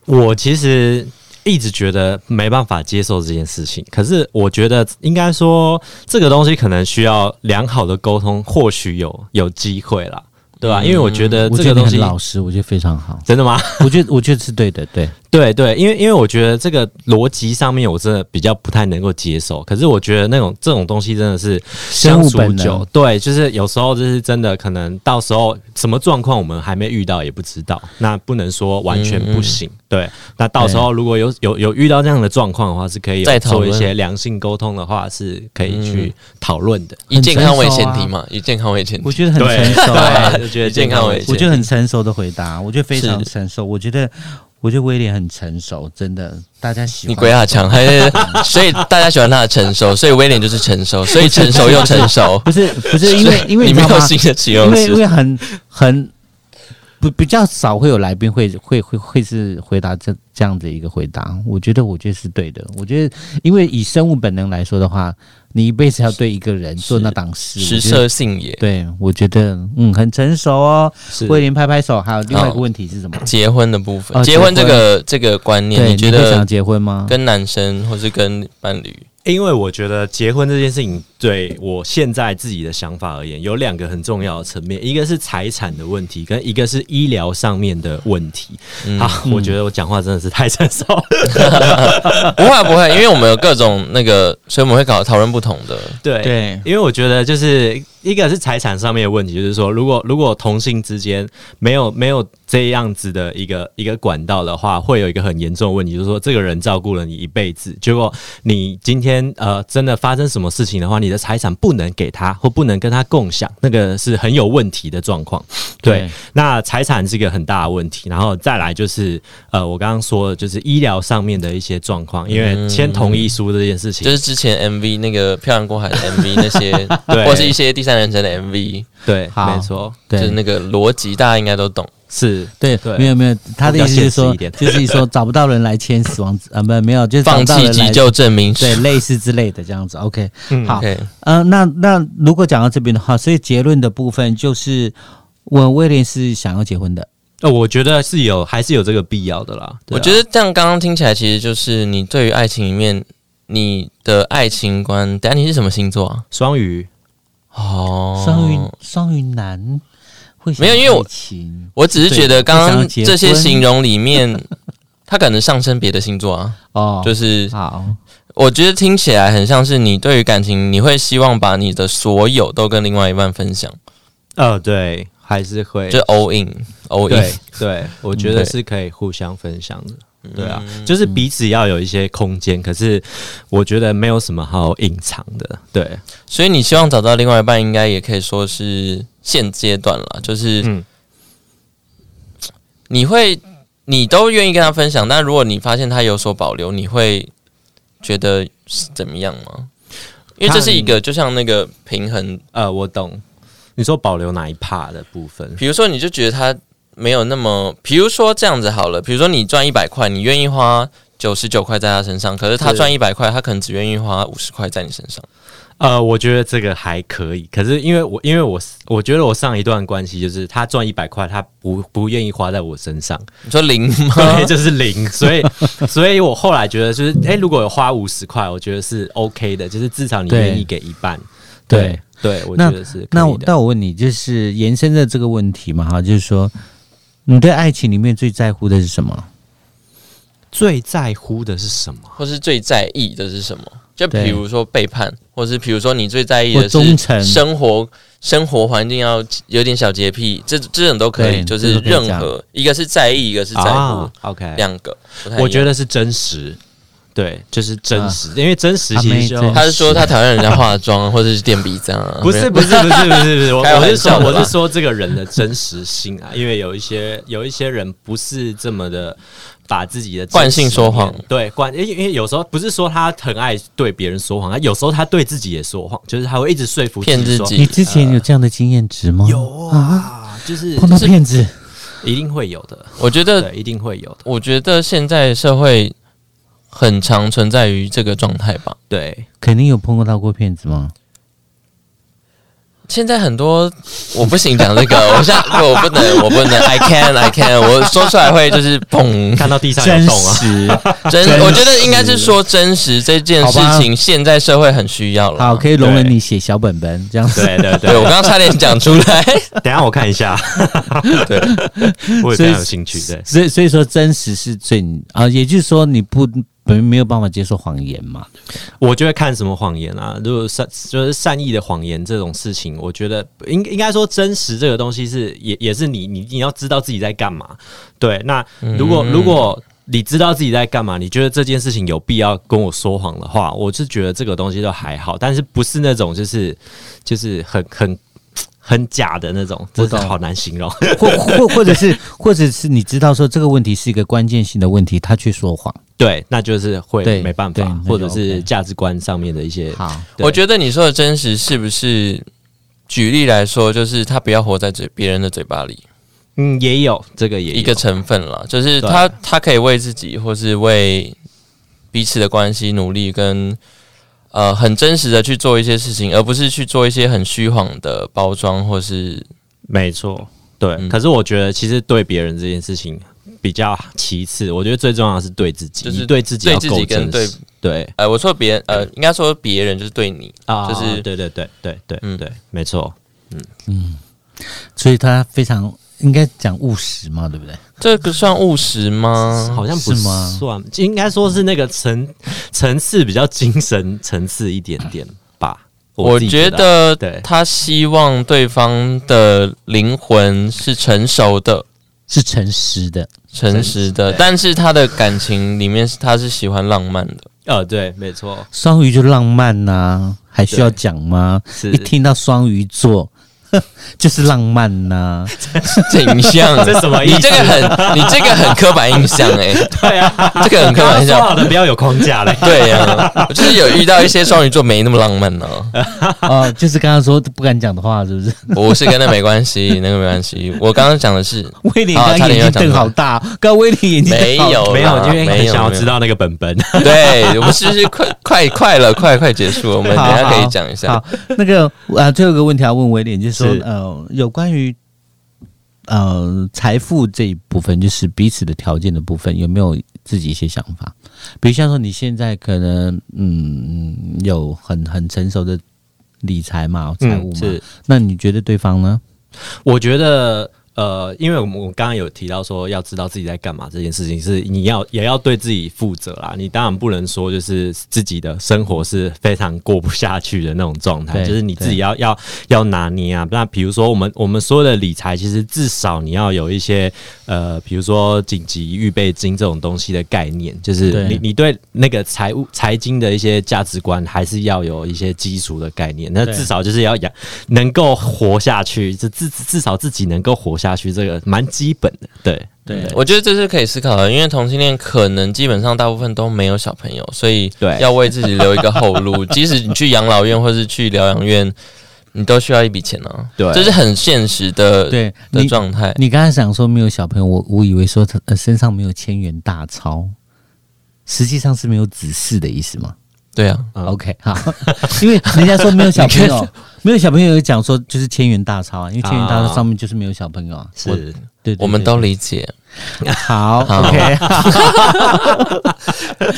Speaker 3: 我其实一直觉得没办法接受这件事情，可是我觉得应该说这个东西可能需要良好的沟通，或许有有机会啦，对吧、
Speaker 2: 嗯
Speaker 3: 因为我觉得
Speaker 1: 我
Speaker 3: 这
Speaker 1: 觉得你
Speaker 3: 个东
Speaker 1: 很
Speaker 3: 西。
Speaker 1: 老实，我觉得非常好
Speaker 3: 真的吗？
Speaker 1: 我觉得我觉得是对的，对，
Speaker 3: 对对，因为因为我觉得这个逻辑上面我真的比较不太能够接受，可是我觉得那种这种东西真的是
Speaker 1: 生
Speaker 3: 相
Speaker 1: 物
Speaker 3: 处
Speaker 1: 本
Speaker 3: 久
Speaker 1: 能，，
Speaker 3: 对，就是有时候就是真的可能到时候什么状况我们还没遇到也不知道，那不能说完全不
Speaker 1: 嗯
Speaker 3: 行，对。那到时候如果有有有遇到这样的状况的话，是可以有
Speaker 2: 再讨
Speaker 3: 做
Speaker 2: 论
Speaker 3: 一些良性沟通的话，是可以
Speaker 1: 嗯
Speaker 3: 去讨论的。
Speaker 2: 以健康为
Speaker 1: 成熟
Speaker 2: 前
Speaker 1: 啊
Speaker 2: 提嘛？以健康为前
Speaker 1: 我
Speaker 2: 提，
Speaker 1: 觉得很成熟、啊，
Speaker 3: 对，我觉得
Speaker 2: 以健康为
Speaker 1: 我
Speaker 2: 前
Speaker 1: 觉
Speaker 2: 提。
Speaker 1: 得很成熟的回答，我觉得非常
Speaker 2: 是
Speaker 1: 成熟。我觉得我觉得威廉很成熟，真的，大家喜欢
Speaker 2: 你鬼打墙，还是所以大家喜欢他的成熟，所以威廉就是成熟，所以成熟又成熟，
Speaker 1: 不是不是因为 因为
Speaker 2: 你
Speaker 1: 你
Speaker 2: 没
Speaker 1: 知道
Speaker 2: 有
Speaker 1: 吗？
Speaker 2: 新的形
Speaker 1: 因
Speaker 2: 容
Speaker 1: 为因
Speaker 2: 词
Speaker 1: 为很很不比较少会有来宾会会会会是回答这这样子一个回答，我觉得我觉得是对的。我觉得，因为以生物本能来说的话，你一辈子要对一个人做那档事，
Speaker 2: 食
Speaker 1: 我觉得
Speaker 2: 色性也。
Speaker 1: 对，我觉得嗯很成熟哦。
Speaker 3: 是
Speaker 1: 威廉拍拍手。还有另外一个
Speaker 2: 好
Speaker 1: 问题是什么？
Speaker 2: 结婚的部分，
Speaker 1: 哦
Speaker 2: 结婚这个这个观念，
Speaker 1: 对，
Speaker 2: 你觉
Speaker 1: 会想
Speaker 2: 得
Speaker 1: 结婚吗？
Speaker 2: 跟男生或是跟伴侣，
Speaker 3: 因为我觉得结婚这件事情对我现在自己的想法而言，有两个很重要的层面，一个是财产的问题，跟一个是医疗上面的问题。
Speaker 2: 嗯
Speaker 3: 啊，我觉得我讲话真的是太成熟了。
Speaker 2: 不会啊不会，因为我们有各种那个，所以我们会搞讨论不同的。
Speaker 3: 对
Speaker 1: 对
Speaker 3: 因为我觉得就是一个是财产上面的问题，就是说，如果如果同性之间没有没有这样子的一个一个管道的话，会有一个很严重的问题，就是说，这个人照顾了你一辈子，结果你今天呃真的发生什么事情的话，你的财产不能给他或不能跟他共享，那个是很有问题的状况。对，
Speaker 1: 对
Speaker 3: 那财产是一个很大的问题，然后再来就是呃我刚刚说的就是医疗上面的一些状况，因为签同意书这件事情，
Speaker 2: 就是之前 MV 那个《漂洋过海》的 MV 那些，
Speaker 3: 对
Speaker 2: 或是一些第三人称的 MV，
Speaker 3: 对，
Speaker 1: 好
Speaker 3: 没错。
Speaker 2: 就
Speaker 1: 对
Speaker 2: 是那个逻辑，大家应该都懂。
Speaker 3: 是
Speaker 1: 对，
Speaker 3: 对
Speaker 1: 没有没有，他的意思是说，
Speaker 3: 我比较现实一点
Speaker 1: 就是说找不到人来签死亡啊，不没有，就是找
Speaker 2: 放
Speaker 1: 不到
Speaker 2: 弃
Speaker 1: 人来
Speaker 2: 急救嗯证明书
Speaker 1: 对，类似之类的这样子。OK，、好，
Speaker 2: ，OK，
Speaker 1: 呃，那那如果讲到这边的话，所以结论的部分就是，我威廉是想要结婚的，
Speaker 3: 呃，我觉得是有，还是有这个必要的啦。对
Speaker 2: 我
Speaker 3: 啊
Speaker 2: 觉得这样刚刚听起来，其实就是你对于爱情里面你的爱情观。等一下你是什么星座啊？
Speaker 3: 双鱼，
Speaker 2: 哦，
Speaker 1: 双鱼双鱼男会想
Speaker 2: 没有因为我
Speaker 1: 爱情
Speaker 2: 我只是觉得
Speaker 1: 对
Speaker 2: 刚
Speaker 1: 我想要
Speaker 2: 刚
Speaker 1: 结婚
Speaker 2: 这些形容 里面，他可能上升别的星座啊，
Speaker 1: 哦，
Speaker 2: 就是
Speaker 1: 好
Speaker 2: 我觉得听起来很像是你对于感情，你会希望把你的所有都跟另外一半分享，
Speaker 3: 呃，对，还是会
Speaker 2: 就 all in all
Speaker 3: 对
Speaker 2: in，
Speaker 3: 对，我觉得
Speaker 2: 对
Speaker 3: 是可以互相分享的。对啊，就是彼此要有一些空间，可是我觉得没有什么好隐藏的。对，
Speaker 2: 所以你希望找到另外一半，应该也可以说是现阶段了，就是、
Speaker 3: 嗯
Speaker 2: 你会你都愿意跟他分享，但如果你发现他有所保留，你会觉得是怎么样吗？因为这是一个就像那个平衡，
Speaker 3: 呃，我懂。你说保留哪一 part 的部分？
Speaker 2: 比如说你就觉得他没有那么，比如说这样子好了，比如说你赚一百块，你愿意花。九十九块在他身上，可是他
Speaker 3: 是
Speaker 2: 赚一百块，他可能只愿意花五十块在你身上。
Speaker 3: 呃，我觉得这个还可以，可是因为我因为我我觉得我上一段关系就是他赚一百块，他不不愿意花在我身上，
Speaker 2: 你说零吗？
Speaker 3: 对，就是零，所以，所以我后来觉得就是，哎、如果有花五十块，我觉得是 OK 的，就是至少你
Speaker 1: 对
Speaker 3: 愿意给一半，
Speaker 1: 对
Speaker 3: 对，对，我
Speaker 1: 那
Speaker 3: 觉得是
Speaker 1: 那
Speaker 3: 可以
Speaker 1: 我
Speaker 3: 的。
Speaker 1: 那我问你，就是延伸的这个问题嘛，哈，就是说，你对爱情里面最在乎的是什么？
Speaker 3: 最在乎的是什么？
Speaker 2: 或是最在意的是什么？就
Speaker 1: 对
Speaker 2: 比如说背叛，或是比如说你最在意的
Speaker 1: 或忠
Speaker 2: 是
Speaker 1: 诚
Speaker 2: 生活生活环境要有点小洁癖，这这种都可
Speaker 1: 对
Speaker 2: 以，就
Speaker 1: 这
Speaker 2: 是
Speaker 1: 都可以
Speaker 2: 任何一个是在意，一个是在乎
Speaker 3: 啊，、OK，
Speaker 2: 两个不太一样。
Speaker 3: 我觉得是真实，对，就是真实，因为真实
Speaker 1: 啊
Speaker 3: 其
Speaker 1: 没
Speaker 3: 实就
Speaker 1: 真
Speaker 2: 他是说他讨厌人家 化妆或者是垫鼻子啊，
Speaker 3: 不
Speaker 2: 没
Speaker 3: 是
Speaker 2: 有
Speaker 3: 不是不是不是不是，我
Speaker 2: 开
Speaker 3: 我
Speaker 2: 玩
Speaker 3: 是说
Speaker 2: 笑的啦
Speaker 3: 我是说这个人的真实性啊，因为有一些有一些人不是这么的把自己的真实
Speaker 2: 惯性说谎
Speaker 3: 面，对惯，因为因为有时候不是说他很爱对别人说谎，他有时候他对自己也说谎，就是他会一直说服
Speaker 2: 骗自
Speaker 3: 说
Speaker 2: 己
Speaker 1: 你之前有这样的经验值吗？
Speaker 3: 有啊，呃就是
Speaker 1: 碰到骗子，
Speaker 3: 一定会有的，
Speaker 2: 我觉得
Speaker 3: 对，一定会有的，
Speaker 2: 我觉得现在社会很常存在于这个状态吧。
Speaker 3: 对，
Speaker 1: 肯定有碰到过骗子吗？
Speaker 2: 现在很多我不行讲这个，我现在我不能我不能，I can I can，我说出来会就是砰。
Speaker 3: 看到地上
Speaker 1: 真
Speaker 3: 有洞啊，
Speaker 1: 实，真
Speaker 2: 真，
Speaker 1: 实
Speaker 2: 我觉得应该是说真实这件事
Speaker 1: 好
Speaker 2: 情，现在社会很需要了。
Speaker 1: 好，可以容忍你写小本本这样子。
Speaker 3: 对对
Speaker 2: 对我
Speaker 3: 对，
Speaker 2: 刚刚差点讲出来，
Speaker 3: 等一下我看一下，对，我也非常有兴趣，对。
Speaker 1: 所以所以说真实是最啊、也就是说你不没没有办法接受谎言嘛？
Speaker 3: 我就会看什么谎言啊，如果善就是善意的谎言这种事情，我觉得应应该说真实这个东西是也也是你你你要知道自己在干嘛。对，那如果、
Speaker 1: 嗯
Speaker 3: 如果你知道自己在干嘛，你觉得这件事情有必要跟我说谎的话，我是觉得这个东西都还好，但是不是那种就是就是很很很假的那种，真的
Speaker 1: 懂
Speaker 3: 好难形容。
Speaker 1: 或或或者是或者是你知道说这个问题是一个关键性的问题，他却说谎。
Speaker 3: 对，那就是会
Speaker 1: 对
Speaker 3: 没办
Speaker 1: 对
Speaker 3: 法
Speaker 1: 那，就
Speaker 3: 或者
Speaker 1: OK
Speaker 3: 是价值观上面的一些。
Speaker 1: 好，
Speaker 3: 对
Speaker 2: 我觉得你说的真实是不是？举例来说，就是他不要活在嘴别人的嘴巴里，
Speaker 3: 嗯，也有这个也有
Speaker 2: 一个成分了，就是
Speaker 3: 对
Speaker 2: 他他可以为自己或是为彼此的关系努力跟。呃，很真实的去做一些事情，而不是去做一些很虚晃的包装，或是
Speaker 3: 没错，对。
Speaker 2: 嗯
Speaker 3: 可是我觉得，其实对别人这件事情比较其次，我觉得最重要的是对自己，
Speaker 2: 就是
Speaker 3: 你对自己
Speaker 2: 对
Speaker 3: 要
Speaker 2: 自
Speaker 3: 够
Speaker 2: 己
Speaker 3: 真
Speaker 2: 跟对
Speaker 3: 实。对
Speaker 2: 呃，我说别人，呃，应该说别人就是对你，
Speaker 3: 啊，
Speaker 2: 就是
Speaker 3: 对对对对对
Speaker 2: 嗯
Speaker 3: 对，没错。
Speaker 1: 所以他非常应该讲务实嘛，对不对？
Speaker 2: 这个算务实吗？
Speaker 3: 好像不
Speaker 1: 啊是吗
Speaker 3: 算，应该说是那个层层次比较精神层次一点点吧。
Speaker 2: 我
Speaker 3: 自己
Speaker 2: 觉
Speaker 3: 觉
Speaker 2: 得
Speaker 3: 对
Speaker 2: 他希望对方的灵魂是成熟的、
Speaker 1: 是诚实的，
Speaker 2: 诚实的，
Speaker 3: 对
Speaker 2: 但是他的感情里面是他是喜欢浪漫 的。
Speaker 3: 呃，对，没错，
Speaker 1: 双鱼就浪漫呐、还需要讲吗？
Speaker 3: 是
Speaker 1: 一听到双鱼座。 呵就是浪漫呐、
Speaker 2: 景象，
Speaker 3: 这什么意思
Speaker 2: 啊你这
Speaker 3: 啊
Speaker 2: 个很，你这个很刻板印象 哎、
Speaker 3: 对啊，
Speaker 2: 这个很刻
Speaker 3: 刚
Speaker 2: 板
Speaker 3: 刚
Speaker 2: 印
Speaker 3: 说好
Speaker 2: 象。。
Speaker 3: 的不要有框架嘞
Speaker 2: 对呀、我就是有遇到一些双鱼座没那么浪漫呢、
Speaker 1: 哦， 就是刚刚说不敢讲的话，是不 是？
Speaker 2: 我是跟那没关系， 那个没关系。我刚刚讲的是
Speaker 1: 威廉
Speaker 2: 啊
Speaker 1: 刚
Speaker 2: 差
Speaker 1: 刚
Speaker 2: 点
Speaker 1: 眼
Speaker 2: 要
Speaker 1: 睛
Speaker 2: 讲
Speaker 1: 瞪
Speaker 2: 到
Speaker 1: 好大，刚威廉眼睛瞪
Speaker 2: 没
Speaker 1: 好大
Speaker 2: 有啦，
Speaker 3: 没有，因为
Speaker 2: 没
Speaker 3: 很
Speaker 2: 有
Speaker 3: 想要知
Speaker 2: 没有
Speaker 3: 道那个本本。
Speaker 2: 对，我们是不是快快快了，快快结束了？我们等一下可以讲一下
Speaker 1: 好。，那个呃，最后一个问题要问威廉，就是说
Speaker 3: 是
Speaker 1: 呃，有关于呃财富这一部分，就是彼此的条件的部分，有没有自己一些想法？比如像说你现在可能嗯有很很成熟的理财嘛，财务嘛，
Speaker 3: 是
Speaker 1: 那你觉得对方呢？
Speaker 3: 我觉得，呃，因为我们我刚刚有提到说要知道自己在干嘛这件事情，是你要也要对自己负责啦。你当然不能说就是自己的生活是非常过不下去的那种状态，
Speaker 1: 对
Speaker 3: 就是你自
Speaker 1: 对
Speaker 3: 己要要要拿捏啊。那比如说我们我们所有的理财，其实至少你要有一些呃，比如说紧急预备金这种东西的概念，就是
Speaker 1: 对
Speaker 3: 你你对那个财务财经的一些价值观还是要有一些基础的概念。那
Speaker 1: 对
Speaker 3: 至少就是要养能够活下去，就至至少自己能够活下去，这个蛮基本的。对
Speaker 1: 对
Speaker 2: 我觉得这是可以思考的，因为同性恋可能基本上大部分都没有小朋友，所以
Speaker 3: 对
Speaker 2: 要为自己留一个后 路。即使你去养老院或是去疗养院，你都需要一笔钱呢、啊。
Speaker 3: 对
Speaker 2: 这是很现实的
Speaker 1: 对
Speaker 2: 的
Speaker 1: 你。
Speaker 2: 状态。
Speaker 1: 你刚才想说没有小朋友，我我以为说他、呃、身上没有千元大钞，实际上是没有子嗣的意思吗？
Speaker 2: 对啊，
Speaker 3: 嗯
Speaker 1: OK，好， 因为人家说没有小朋友，没有小朋友有讲说就是千元大钞啊，因为千元大
Speaker 3: 啊
Speaker 1: 钞上面就是没有小朋友啊。我
Speaker 3: 是
Speaker 1: 对，对
Speaker 2: 我们
Speaker 1: 对
Speaker 2: 都理解，
Speaker 1: 好
Speaker 2: 好
Speaker 1: OK，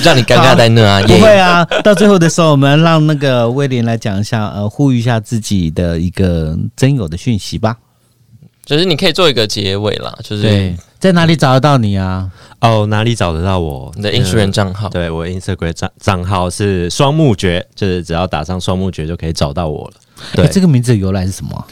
Speaker 2: 让你尴尬在那 啊，
Speaker 1: 不会
Speaker 2: 耶！
Speaker 1: 啊。到最后的时候，我们让那个威廉来讲一下，呃，呼吁一下自己的一个真有的讯息吧。
Speaker 2: 就是你可以做一个结尾啦，就是
Speaker 1: 对，在哪里找得到你啊？
Speaker 3: 哦，哪里找得到我？呃
Speaker 2: 你的 Instagram 账号。
Speaker 3: 对我 Instagram 账账号是双木绝，就是只要打上双木绝就可以找到我了。对
Speaker 1: 诶这个名字的由来是什么？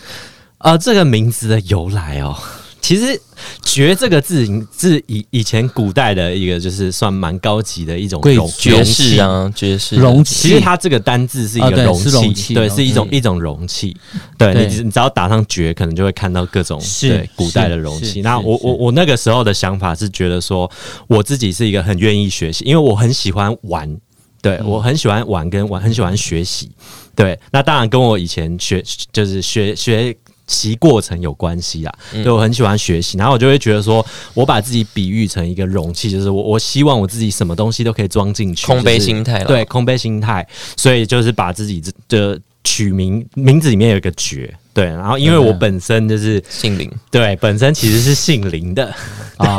Speaker 3: 啊、这个名字的由来哦， 其实“爵”这个字是以以前古代的一个，就是算蛮高级的一种
Speaker 1: 贵
Speaker 3: 容
Speaker 1: 族
Speaker 2: 爵士。啊，爵士的
Speaker 1: 容
Speaker 3: 其实
Speaker 1: 器
Speaker 3: 它这个单字是一
Speaker 1: 啊对
Speaker 3: 个容器，
Speaker 1: 是容器
Speaker 3: 对，
Speaker 1: 容
Speaker 3: 是一种
Speaker 2: 器
Speaker 3: 一种容器。对
Speaker 1: 对
Speaker 3: 你只，你只要打上“爵”，可能就会看到各种
Speaker 1: 是
Speaker 3: 对古代的
Speaker 1: 是
Speaker 3: 容
Speaker 1: 是
Speaker 3: 器。
Speaker 1: 是
Speaker 3: 那我
Speaker 1: 是
Speaker 3: 我我那个时候的想法是觉得说，我自己是一个很愿意学习，因为我很喜欢玩，对、
Speaker 1: 嗯
Speaker 3: 我很喜欢玩跟玩，很喜欢学习。对，那当然跟我以前学就是学学。习过程有关系啦，
Speaker 1: 嗯
Speaker 3: 所以我很喜欢学习，然后我就会觉得说，我把自己比喻成一个容器，就是我我希望我自己什么东西都可以装进去，
Speaker 2: 空杯
Speaker 3: 就是
Speaker 2: 心态了。
Speaker 3: 对，空杯心态，所以就是把自己这的取名名字里面有一个“绝”，对，然后因为
Speaker 2: 嗯
Speaker 3: 我本身就是
Speaker 2: 性灵，
Speaker 3: 对本身其实是姓 林的，
Speaker 1: 啊，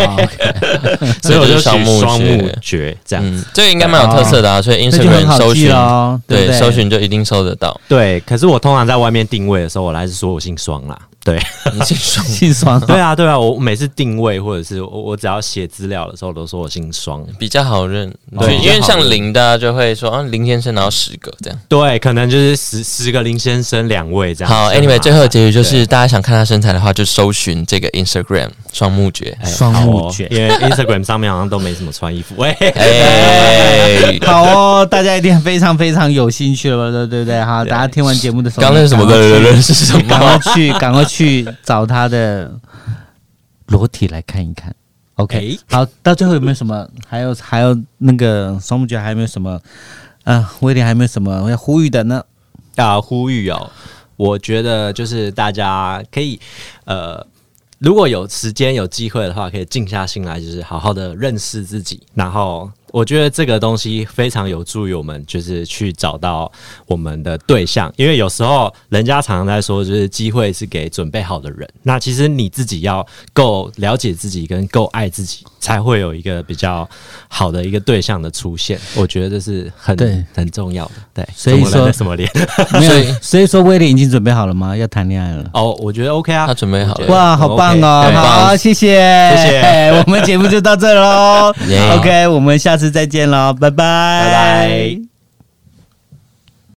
Speaker 3: 所以我就取
Speaker 2: 双木
Speaker 3: 双木
Speaker 2: 绝
Speaker 3: 绝这样
Speaker 2: 嗯，这个应该蛮有特色的啊，所以
Speaker 1: 那就很
Speaker 2: Instagram
Speaker 1: 好
Speaker 2: 搜
Speaker 1: 记
Speaker 2: 寻，
Speaker 1: 哦，不
Speaker 2: 对，
Speaker 1: 对？
Speaker 2: 搜寻就一定搜得到。
Speaker 3: 对，可是我通常在外面定位的时候，我还是说我姓双啦。 对，
Speaker 2: 你姓双，
Speaker 1: 姓双，
Speaker 3: 对啊，对啊，我每次定位或者是我我只要写资料的时候，我都说我姓双。
Speaker 2: 比较好认，对，
Speaker 3: 对比较好认
Speaker 2: 因为像林，大家就会说啊，林先生，然后十个这样。
Speaker 3: 对，可能就是十十个林先生两位这样。
Speaker 2: 好
Speaker 3: 这样
Speaker 2: ，Anyway，
Speaker 3: 嘛
Speaker 2: 最后的结局就是大家想看他身材的话，就搜寻这个 Instagram 双木绝。
Speaker 3: 哎
Speaker 1: 双
Speaker 3: 好
Speaker 1: 木
Speaker 3: 哦
Speaker 1: 绝
Speaker 3: 因为 Instagram 上面好像都没什么穿衣服。 喂，
Speaker 2: 哎，
Speaker 1: 好哦，大家一定非常非常有兴趣了，对对不对？哈，大家听完节目的时候，
Speaker 2: 刚那是什么
Speaker 1: 赶快去
Speaker 2: 的是什
Speaker 1: 赶
Speaker 2: 么？
Speaker 1: 快去，赶快去找他的裸体来看一看。OK，、好，到最后有没有什么？还有还有那个双木角还有没有什么？啊、威廉还有没有什么要呼吁的呢？
Speaker 3: 啊、呼吁哦，我觉得就是大家可以呃如果有时间有机会的话，可以静下心来，就是好好的认识自己。然后，我觉得这个东西非常有助于我们，就是去找到我们的对象。因为有时候人家常常在说，就是机会是给准备好的人。那其实你自己要够了解自己，跟够爱自己，才会有一个比较好的一个对象的出现。我觉得这是很
Speaker 1: 对
Speaker 3: 很重要的。对，
Speaker 1: 所以
Speaker 3: 怎么了
Speaker 1: 说
Speaker 3: 那什么脸？
Speaker 1: 没有，所以说威廉已经准备好了吗？要谈恋爱了。
Speaker 3: 哦，我觉得 OK 啊，
Speaker 2: 他准备好了
Speaker 3: 我觉得
Speaker 1: 哇，好棒哦！
Speaker 3: 很 OK，对
Speaker 1: 好，谢谢，
Speaker 3: 谢 谢。
Speaker 1: 我们节目就到这喽
Speaker 2: Yeah
Speaker 1: ，OK，我们下次再见喽，拜拜，
Speaker 3: 拜拜。